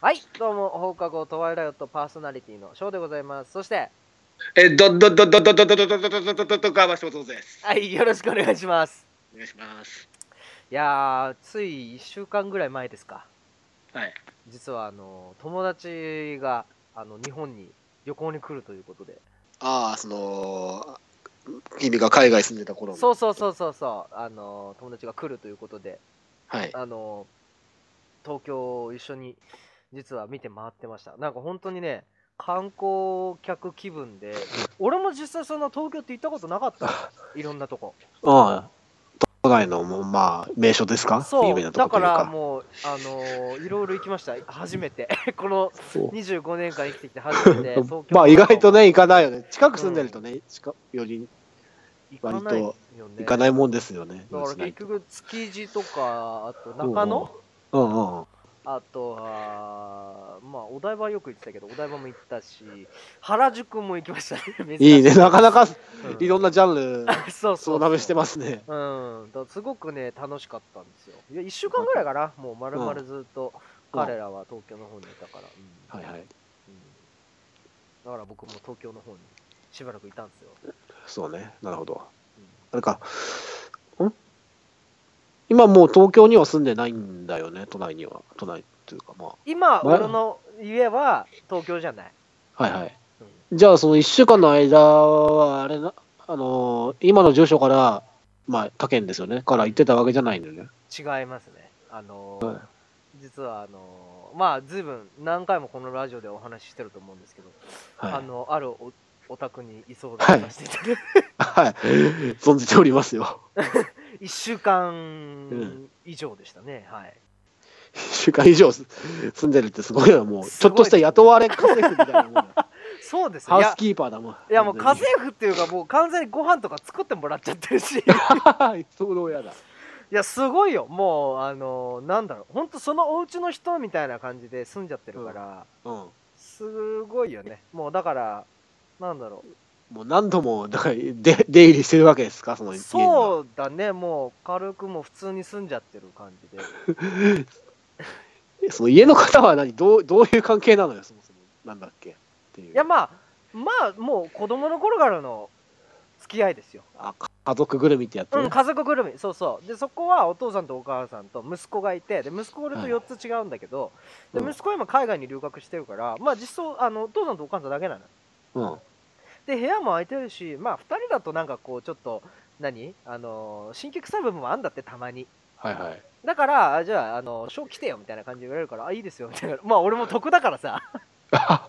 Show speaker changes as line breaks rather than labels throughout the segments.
はい、どうも、放課後トワイライトパーソナリティのショーでございます。そして、
え、ど、ど、ど、ど、ど、ど、ど、ど、ど、ど、ど、ど、ど、ど、川橋本です。
はい、よろしくお願いします。
お願いします。
いやー、つい1週間ぐらい前ですか。
はい。
実は、あの、友達が、あの、日本に旅行に来るということで。
ああ、その、君が海外住んでた頃の
そうそうそうそうそう、あの、友達が来るということで、
はい。
あの、東京を一緒に、実は見て回ってました。なんか本当にね、観光客気分で、俺も実際そんな東京って行ったことなか ったの。いろんなとこ。
うん。都内の、もう、まあ、名所ですか
そ
有名
う
なと
だ
こ
か
という
ら
か。
もう、あのーいろいろ行きました、初めて、 この
そう
25年間生きてきて初めて、 東京
まあ、意外とね、行かないよね。近く住んでるとね、近より
行か
割
ないよ
と
ね
行かないもんですよね。
だから結局、築地とか、あと中野、
うんうんうん。
あとは、まあ、お台場はよく行ってたけど、お台場も行ったし、原宿も行きましたね、
いいね、なかなか
珍しい、
いろんなジャンル、
うん、そうそ
そうう、試してますね。
うん、だからすごくね、楽しかったんですよ。いや、1週間ぐらいかな、もう丸々ずっと、彼らは東京の方にいたから。うん
はいはい。
だから僕も東京の方にしばらくいたんですよ。
そうね、なるほど。
うん
なんか、ん今もう東京には住んでないんだよね、都内には。都内というか、ま
今、
まあ
俺の家は東京じゃない。
あ。はいはい。
うん
じゃあ、その1週間の間は、あれな、あのー今の住所から、まあ、他県ですよね、から行ってたわけじゃないんだよね。
違いますね。あのー実はあのーまあ、ずいぶん何回もこのラジオでお話ししてると思うんですけど、
はい。
あの、あるおお宅に居候
はい
させていただいて、
はい。存じておりますよ。
1週間以上でしたね。はい。
1週間以上す住んでるってすごいな、もう。
す
ちょ
ごい
っとした雇われ家政婦みたいな もんだ。
そうですね。
ハ
い
ウ
や
ス、キーパーだもん。
いやもう家 政婦っていうか、もう完全にご飯とか作ってもらっちゃってるし。
夫。そうの親だ。
いやすごいよもうあのなんだろう本当そのお家の人みたいな感じで住んじゃってるから、
うん。
すごいよねもうだからなんだろ
もう何度も、だから、で出入りしてるわけですか、その
う
家には
そうだねもう軽くもう普通に住んじゃってる感じで
その家の方は何どうどういう関係なのよ、そもそも。なんだっけっていう。
いやまあまあもう子供の頃からの付き合いですよ、
あか家族ぐるみってやって
う
る、
ん、家族ぐるみそうそうでそこはお父さんとお母さんと息子がいてで息子俺と
はい
4つ違うんだけど、
うん
で息子は今海外に留学してるからまあ実相あのお父さんとお母さんだけなの
うん。
で部屋も空いてるしまあ2人だとなんかこうちょっと何あのー新規臭い部分もあんだってたまに
はいはい。
だからあじゃあ、あのー、ショー来てよみたいな感じで言われるからあいいですよみたいな まあ俺も得だからさ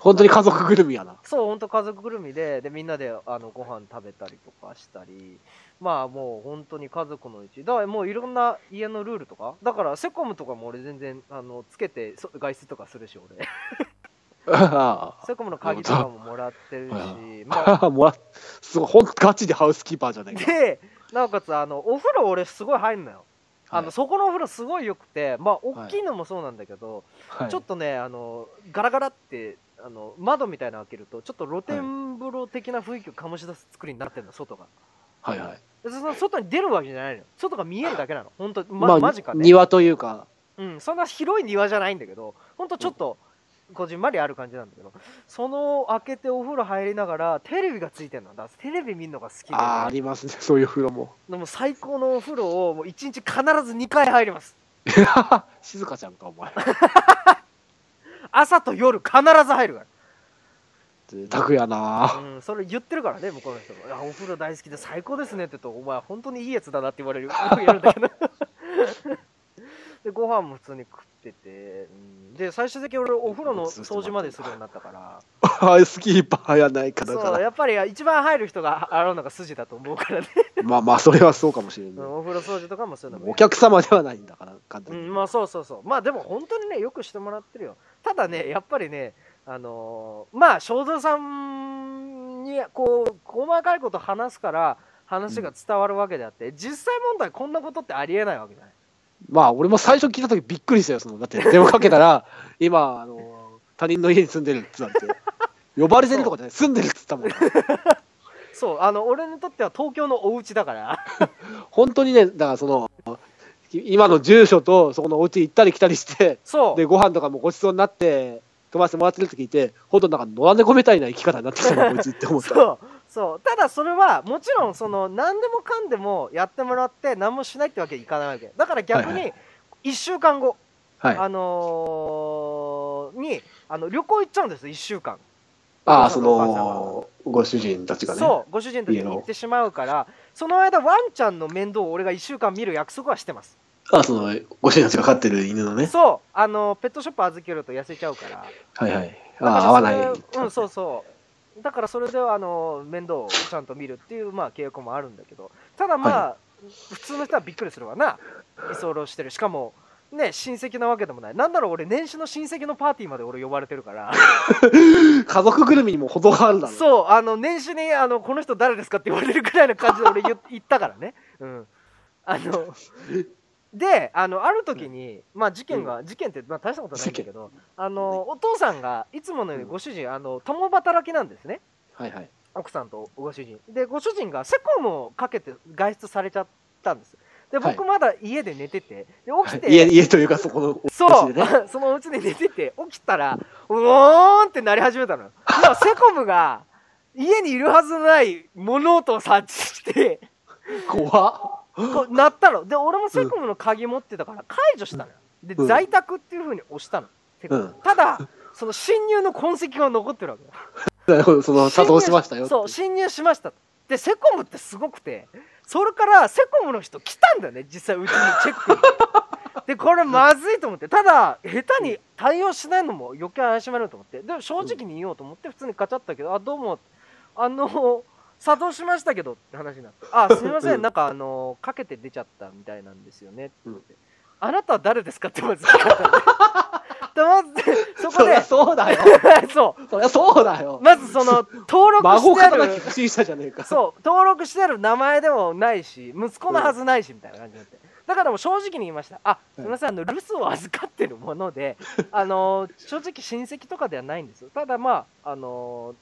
本当に家族ぐるみやな。
そうほんと家族ぐるみででみんなであのご飯食べたりとかしたりまあもう本当に家族のうちだからもういろんな家のルールとかだからセコムとかも俺全然あのつけてそ外出とかするし俺
あ
セコムの鍵とかももらってるし
はい
まあ
あ もらすごい、ほんガチでハウスキーパーじゃねえか。
でなおかつあのお風呂俺すごい入んのよ あの
はい
そこのお風呂すごい良くて、まあ、大きいのもそうなんだけど、
はい
ちょっとねあのガラガラってあの窓みたいなの開けるとちょっと露天風呂的な雰囲気を醸し出す作りになってるの外が
はいはい。
でその外に出るわけじゃないのよ外が見えるだけなの本当ま、
まあ、
マジかね、
庭というか、
うん、そんな広い庭じゃないんだけど本当ちょっとこじんまりある感じなんだけどその開けてお風呂入りながらテレビがついてるのだからテレビ見るのが好きで、
ああ、ありますね、そういう風呂も。
でも最高のお風呂をもう1日必ず2回入ります
静香ちゃんか、お前。
朝と夜必ず入るから
贅沢やな。
うん、それ言ってるからね、向こうの人が。いやお風呂大好きで最高ですねって言うと、お前、本当にいいやつだなって言われる言われるんだけど。で、ご飯も普通に食ってて、うんで、最終的に俺、お風呂の掃除までするようになったから、
ハウスキーパーやないか、だか
そう、
ら。
やっぱり一番入る人が洗うのが筋だと思うからね、
まあまあ、それはそうかもしれ
う
ない。
んお風呂掃除とかもするのも
お客様ではないんだから、簡単
う
に。
ん、まあそうそうそう、まあでも本当にね、よくしてもらってるよ。ただね、やっぱりね、あのーまあ、正蔵さんにこう細かいこと話すから、話が伝わるわけであって、実際問題、こんなことってありえないわけじゃない。
まあ、俺も最初聞いたときびっくりしたよ。そのだって、電話かけ たら、今、あの、他人の家に住んでるって言ってたんで、呼ばれてるとかじゃない、住んでるって言ったもん。
そう、あの俺にとっては東京のお家だから、
本当にね、だからその、今の住所とそこのお家行ったり来たりして
そう
でご飯とかもごちそうになって泊ませてもらってるって聞いてほんとなんか野良猫みたいな生き方になってきたなこいつって思った
そうそうただそれはもちろんその何でもかんでもやってもらって何もしないってわけにいかないわけだから逆
はい
に1週間後、
はい
あのーにあの旅行行っちゃうんです1週間、
ああそ
お母さんは
のご主人たちがね
そうご主人とに
家の
行ってしまうからその間ワンちゃんの面倒を俺が1週間見る約束はしてます、
ああそのご主人たちが飼ってる犬のね
そうあのペットショップ預けると痩せちゃうから
はいはいあ
だから
あ合わない
それうんそうそうだからそれではあの面倒をちゃんと見るっていうまあ契約もあるんだけどただまあ、普通の人はびっくりするわな居候してるしかもね親戚なわけでもないなんだろう俺年始の親戚のパーティーまで俺呼ばれてるから
家族ぐるみにも程があるだろう
そうあの年始にあのこの人誰ですかって言われるくらいの感じで俺 言言ったからねうんあのであのある時に、まあ事件が、事件って、まあ、大したことないんだけどあのお父さんがいつものようにご主人、あの共働きなんですね
はいはい
奥さんとご主人でご主人がセコムをかけて外出されちゃったんですで僕まだ家で寝てて、で起きて、
家家というかそこの
そう、
ね
そのうちで寝てて起きたらうおーんってなり始めたのよ今セコムが家にいるはずのない物音を察知して
怖っ
こう鳴ったので俺もセコムの鍵持ってたから解除したのよで
うん
在宅っていうふうに押したの、セコム
うん
ただその侵入の痕跡が残ってるわけよ
なるほどその作動しましたよって
そう侵入しましたでセコムってすごくてそれからセコムの人来たんだよね実際うちにチェック にでこれまずいと思ってただ下手に対応しないのも余計怪しまれると思ってでも正直に言おうと思って普通にガチャったけど「あどうもあの作動しましたけど」って話になって「 あすみませ
うん
んなんかあのかけて出ちゃったみたいなんですよね」って言って
う
「あなたは誰ですか?」ってまず聞かれたのでま ずそこ
そり
で
ゃそうだよ
そ
そりゃそうだよ
うまずその登録し
孫
てある
方が不審者じゃねえか
そう登録してる名前でもないし息子のはずないしみたいな感じになってだからもう正直に言いましたあすみませんあの留守を預かってるもの であの正直親戚とかではないんですよただまああの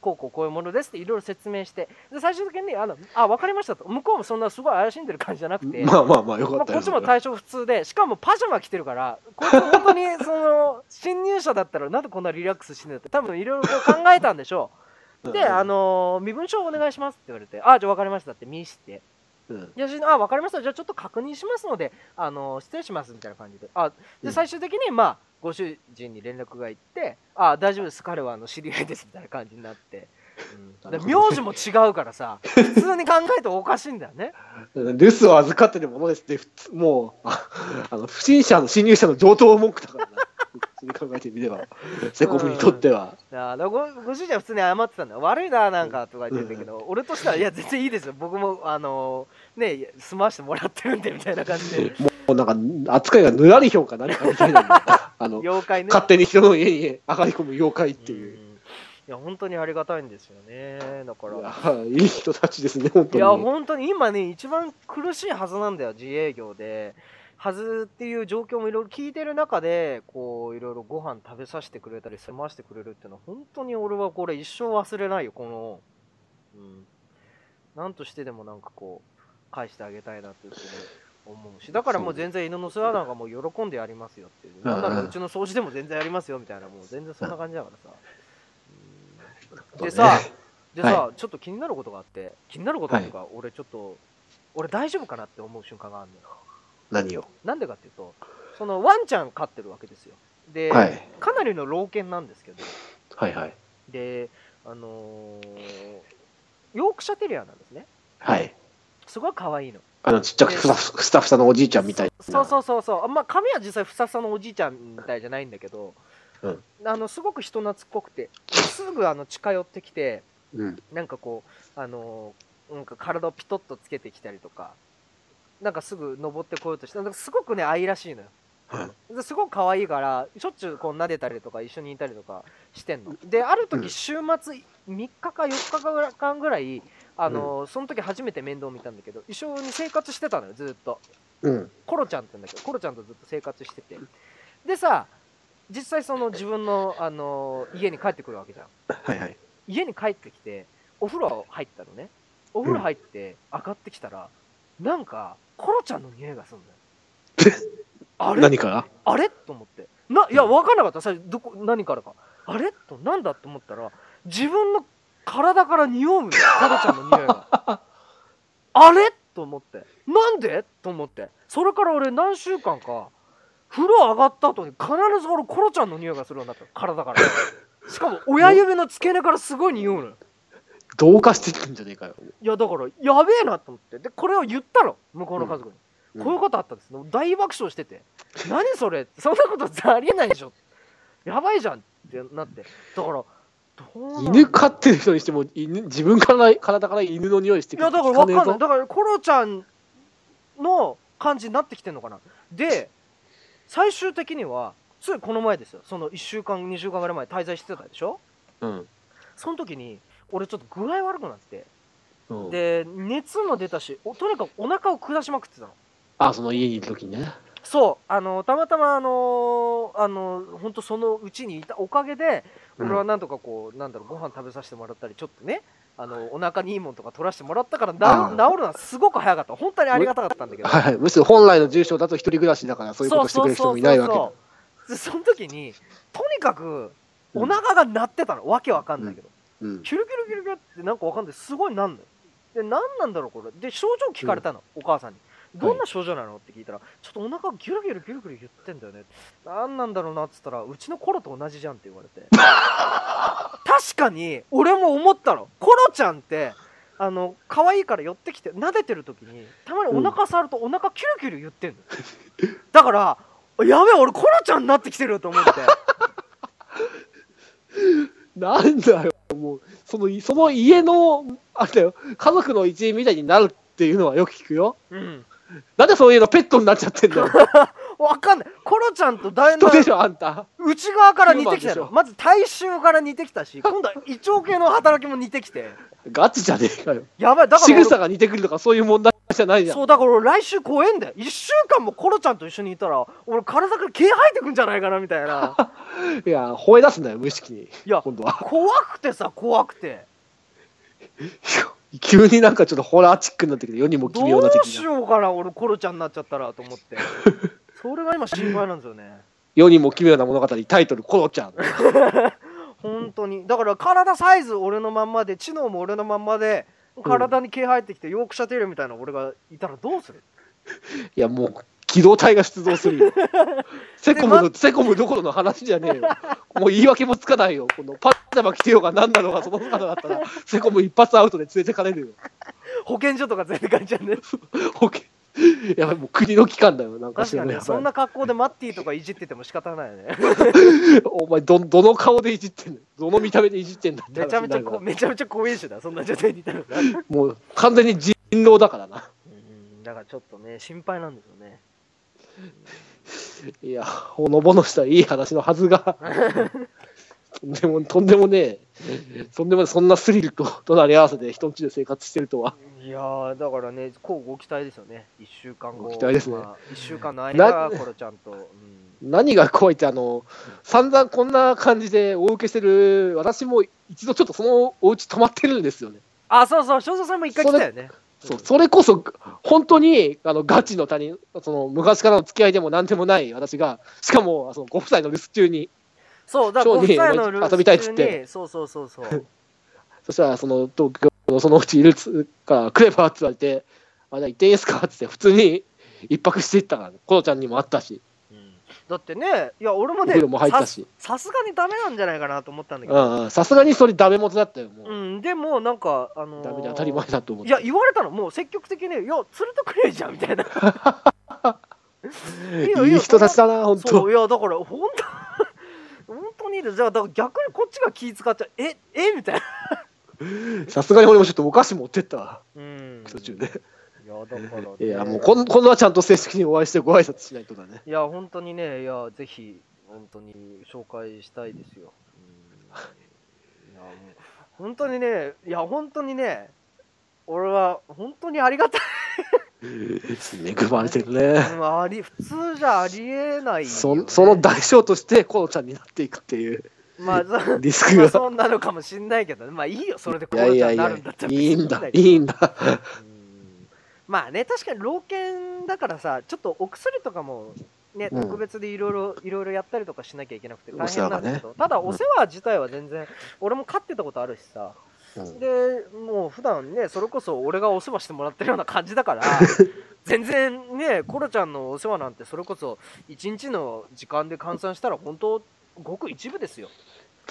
こうこうこういうものですっていろいろ説明してで最終的にあのあ分かりましたと向こうもそんなすごい怪しんでる感じじゃなく て、
まあまあまあよか
ま
っ
あ
た
こ
よ
っちも対象普通でしかもパジャマ着てるからこいつ本当にその侵入者だったらなんでこんなリラックスしてんだって多分いろいろこう考えたんでしょう
それは
で、あ、のー身分証お願いしますって言われて、あ、じゃあ分かりましたって見して、
うんうん
で私あ、分かりました、じゃあちょっと確認しますので、あのー失礼しますみたいな感じで、あ
うん
で最終的に、まあ、ご主人に連絡がいって、あ、大丈夫です、彼はあの知り合いですみたいな感じにな って、うん、で
なるほど
名字も違うからさ、普通に考えておかしいんだよね。
留守を預かってるものですって、普通もう、ああの不審者の侵入者の上等文句だからな、普通に考えてみれば、セコムにとっては。
あだからごご主人は普通に謝ってたんだよ悪いななんかとか言ってたけど、俺としてはいや全然いいですよ僕もあのーね済ましてもらってるんでみたいな感じで
もうなんか、扱いがぬらりひょうか何かみたいなんだあの
妖怪ね
勝手に人の家に上がり込む妖怪っていうう、
んいや本当にありがたいんですよねだか
い
ら
やいい人たちですね、本
いや
当に。
本当に今ね一番苦しいはずなんだよ自営業ではずっていう状況もいろいろ聞いてる中でこういろいろご飯食べさせてくれたり済ましてくれるっていうのは本当に俺はこれ一生忘れないよこのうんなんとしてでもなんかこう返してあげたいなっていうふうに思うしだからもう全然犬の世話なんかもう喜んでやりますよっていう
うんうん
なんならうちの掃除でも全然やりますよみたいなもう全然そんな感じだからさ、うんでさ、でさ、ちょっと気になることがあって、気になることっていうか、俺ちょっと、俺大丈夫かなって思う瞬間があるのよ。
何を。
なんでかっていうと、そのワンちゃん飼ってるわけですよ。で、
はい、
かなりの老犬なんですけど、
はい、はい、
で、あのーヨークシャテリアなんですね。
はい。
すごい可愛いの。
あの、ちっちゃくふさふさふさのおじいちゃんみたいな。
そうそうそうそうあまあ髪は実際ふさふさのおじいちゃんみたいじゃないんだけど、
うん
あのすごく人懐っこくてすぐあの近寄ってきて
うん。
なんかこう、あのーなんか体をピトッとつけてきたりとか、なんかすぐ登ってこようとして、なんかすごくね、愛らしいのよ。ですごく可愛いから、しょっちゅうこう撫でたりとか、一緒にいたりとかしてんの。で、ある
うん
時週末、3日か4日かぐら間ぐらい、あのーその時初めて面倒見たんだけど、一緒に生活してたのよ、ずーっと。
うん。
コロちゃんって言うんだけど、コロちゃんとずっと生活してて。でさ、実際その自分の、あのー家に帰ってくるわけじゃん。
はい、はい。
家に帰ってきてお風呂入ったのねお風呂入って上がってきたら、なんかコロちゃんの匂いがするんだよあれ
何か
あれと思って。な、いや、
うん
分かんなかった。最初、どこ、何からか。あれと、なんだと思ったら、自分の体から匂 うんだよ。タダちゃんの匂いが。あれと思って。なんでと思って。それから俺何週間か、風呂上がった後に必ず俺、コロちゃんの匂いがするようになったの。体 から。しかも、親指の付け根からすごい匂うのよ。
同化してるんじゃねえかよ。
いや、だから、やべえなと思って。で、これを言ったの。向こうの家族に。
うん
こういうことあったんです、大爆笑してて「何それそんなことありえないでしょ」やばいじゃんってなってだからどうなん
犬飼ってる人にしても犬自分から体から犬の匂いして
い
くる
やだから
聞
分
ねえ
かん
ぞ
ないだからコロちゃんの感じになってきてんのかなで最終的にはついこの前ですよその1週間2週間ぐらい前滞在してたでしょ
うん
その時に俺ちょっと具合悪くなって
うん、
で熱も出たしおとにかくお腹を下しまくってたの
あその家にいる時にね
そう、あのたまたま、あのーあの本当そのうちにいたおかげで、
うん
俺はなんとかこう、なんだろう、ご飯食べさせてもらったり、ちょっとね、あのお腹にいいもんとか取らせてもらったからな、
あー
治るのはすごく早かった、本当にありがたかったんだけど、
はいはいむしろ本来の住所だと一人暮らしだからそういうことしてくれる人もいないわけだ
そうそうそうそうでその時に、とにかく
うん
お腹が鳴ってたの、わけわかんないけど、
うん
キュルキュルキュルキュルってなんかわかんない、すごいなんのよ。で、なんなんだろう、これ。で、症状聞かれたの、お母さんに。どんな症状なのって聞いたら、ちょっとお腹ギュルギュルギュルギュル言ってんだよね。なんなんだろうなっつったら、うちのコロと同じじゃんって言われ て。確かに、俺も思ったの。コロちゃんって、あの、可愛いから寄ってきて、撫でてる時に、たまにお腹触るとお腹キュルキュル言ってんの。だから、やべえ、俺コロちゃんになってきてると思って。
なんだよもうそのその家のあれだよ家族の一員みたいになるっていうのはよく聞くよ
うん。
なんでそういうのペットになっちゃってん だよ
わかんない。コロちゃんとだいぶ
人でしょあんた
内側から似てきた
ヒューマンで
よ
しょ
まず体臭から似てきたし今度は胃腸系の働きも似てきて
ガチじゃねえかよ
やばいだから
仕
俺
草が似てくるとかそういう問題じゃないじゃん
そうだから俺来週公演だよ1週間もコロちゃんと一緒にいたら俺体から毛生えてくんじゃないかなみたい な
いや吠え出すんだよ無意識に
いや
今度は
怖くてさ怖くて
急になんかちょっとホラーチックになってきて世にも奇妙
ど
な
う
的
し
な
ようかな俺コロちゃんになっちゃったらと思ってそれが今心配なんですよね
世にも奇妙な物語タイトル「コロ ちゃん」
本当にだから体サイズ俺のまんまで知能も俺のまんまで体に毛生えてきてヨークシャテリアみたいな俺がいたらどうする
いやもう機動隊が出動する よセコムのセコムどころの話じゃねえよもう言い訳もつかないよこのパジャマ着てようが何だろうがその姿だったらセコム一発アウトで連れてかれるよ
保健所とか全然感じちゃうんで
オッケーやばいもう国の機関だよなんか
確
知ら
かに
ない
ねそんな格好でマッティとかいじってても仕方ないよね
お前どどの顔でいじってんのどの見た目でいじってんだって
めちゃめちゃこ
話になる
めちゃめちゃ怖い種だそんな状態にいたらな
からもう完全に人狼だからな
うんだからちょっとね心配なんですよね
いやほのぼのしたいい話のはずがとんでもとんでもねえとんでもないそんなスリルと隣り合わせで人ん家で生活してるとはい
やーだからねこうご期待ですよね1週間後
ご期待ですね
まあ、1週間の間
な
これちゃんと、うん
何が怖いって、あの、散々こんな感じでお受けしてる、私も一度ちょっとそのお家泊まってるんですよね。
あそうそう正蔵さんも一回来たよね
そう
うん
それこそ、本当にあのガチの他人、その昔からの付き合いでも何でもない私が、しかもそのご夫妻の留守中に、
そうだからご
そう
夫
ね
妻のルー
遊びたいっつって
にそうそうそうそう
そしたらその東京のそのうちいるつから来ればって言われて、あじゃあ行っていいですかってって、普通に一泊していったから、コロちゃんにも会ったし、
うんだってねいや俺も
お
ね
風呂も入ったし、
ささすがにダメなんじゃないかなと思ったんだけ
う
ど、
んうんさすがにそれダメ元だったよ、も
う
う。
ん、でもなんかあのー
ダメで当たり前だと思っ
い
て。
や言われたのもう積極的に「いや連れてくれじゃん」みたい ないいよいい
い
よ
い人たちだな、本
そ
当
ういやだから本当本当にいいですじゃあだから逆にこっちが気使っちゃうええみたいな
さすがに俺もちょっとお菓子持ってったわ、
うん
途中で。
いやだから、
い
ね、
や、もうこん 今度はちゃんと正式にお会いしてご挨拶しないとだね。
いや本当にねいやぜひ本当に紹介したいですよ、うん、いやもう本当にねいや本当にね俺は本当にありがたい、
恵まれてるね。
うんあり普通じゃありえないよね、
そその代償として、コロちゃんになっていくっ ていう
まあそ
リスク
まあ
が。
そんなのかもしんないけどねまあいいよそれでコ
いや
ロ
い
ちゃん
や
にな
いや
るんだった、ら
いいんだ、
別に
いいんだ。
うんまあね、確かに老犬だからさ、ちょっとお薬とかも、ね、
うん
特別でいろいろ、いろいろやったりとかしなきゃいけなくて大
お世
変な
話が
んだ
ね
けど、ただお世話自体は全然、俺も飼ってたことあるしさ、
うん
で、もう普段ね、それこそ俺がお世話してもらってるような感じだ から、全然ね、コロちゃんのお世話なんて、それこそ1日の時間で換算したら、本当、ごく一部ですよ。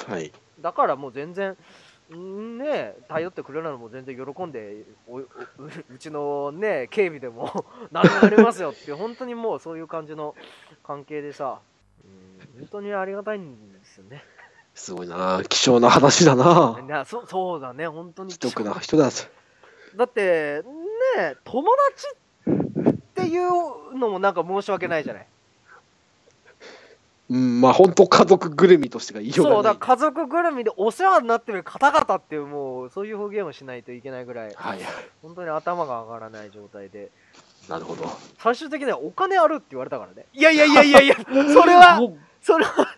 はい。
だからもう全然、んねえ、頼ってくれるのも全然喜んで、おお ううちのね、警備でも 何でもやりますよっていう、本当にもうそういう感じの関係でさ、うん本当にありがたいんですよね。
すごいな。希少な話だな。
なそそうだね、本当に
既得な人だ。
だって、ねえ、友達っていうのもなんか申し訳ないじゃない。
うん、まあ本当家族ぐるみとしてが言いよ
そう
うが
だ、
ない。
家族ぐるみでお世話になってる方々っていう、もうそういう表現をしないといけないぐらい、
はい。
本当に頭が上がらない状態で。
なるほど。
最終的にはお金あるって言われたからね。いやいやいやいやいや、それは、
も
それは、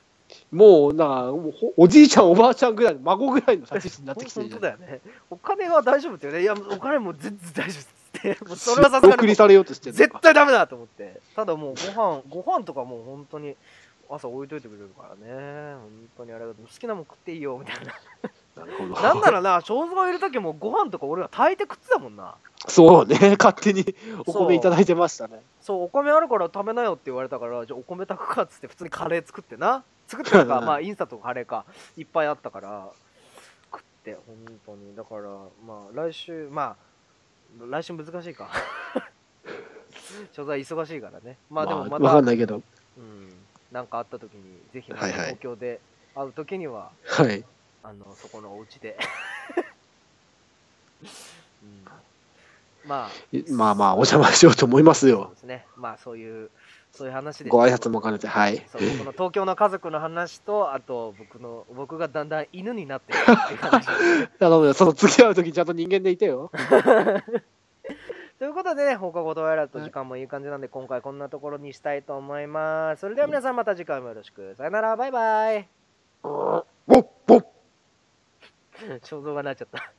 うもうなんかもうほおじいちゃんおばあちゃんぐらいの孫ぐらいの立ち位置になってきて
本
るじ
当
ゃん
だよね。お金は大丈夫って言われて、いや、お金もう全然大丈夫っつ って、もうそれはさすが
送り
に、
されようとしてるの
絶
か
対ダメだと思って。ただもうご飯、ご飯とかもう本当に、朝置いといてくれるからね。本当にあれだと、好きなもん食っていいよ、みたい な。
なるほど。
なんならな、正蔵いる時もご飯とか俺が炊いて食ってたもんな。
そうね、勝手にお
そう
米いただいてましたね。
そう、お米あるから食べなよって言われたから、じゃあお米炊くかっつって普通にカレー作ってな。作ってた か、まあインスタントのカレーか、いっぱいあったから、食って、本当に。だから、まあ来週、まあ、来週難しい か。所在忙しいからね。まあでもまた、
わかんないけど。
うん、なんかあった時に、ぜひまた
はいはい
東京で会う時には、
はい。
あの、そこのお家で。 うん、まあ、
まあまあ、お邪魔しようと思います
そう
よ。
ですね。まあそういう、そういう話で。
ご挨拶も兼ねて、はい。
そうこ の東京の家族の話と、あと僕の僕がだんだん犬になってるって いう話。
なので、その次会うときちゃんと人間でいてよ。
ということで、ね、放課後トワイライト時間もいい感じなんで、今回こんなところにしたいと思います。それでは皆さんまた次回もよろしく。さよなら、バイバイ。
ぼっぼっ
肖像がなっちゃった。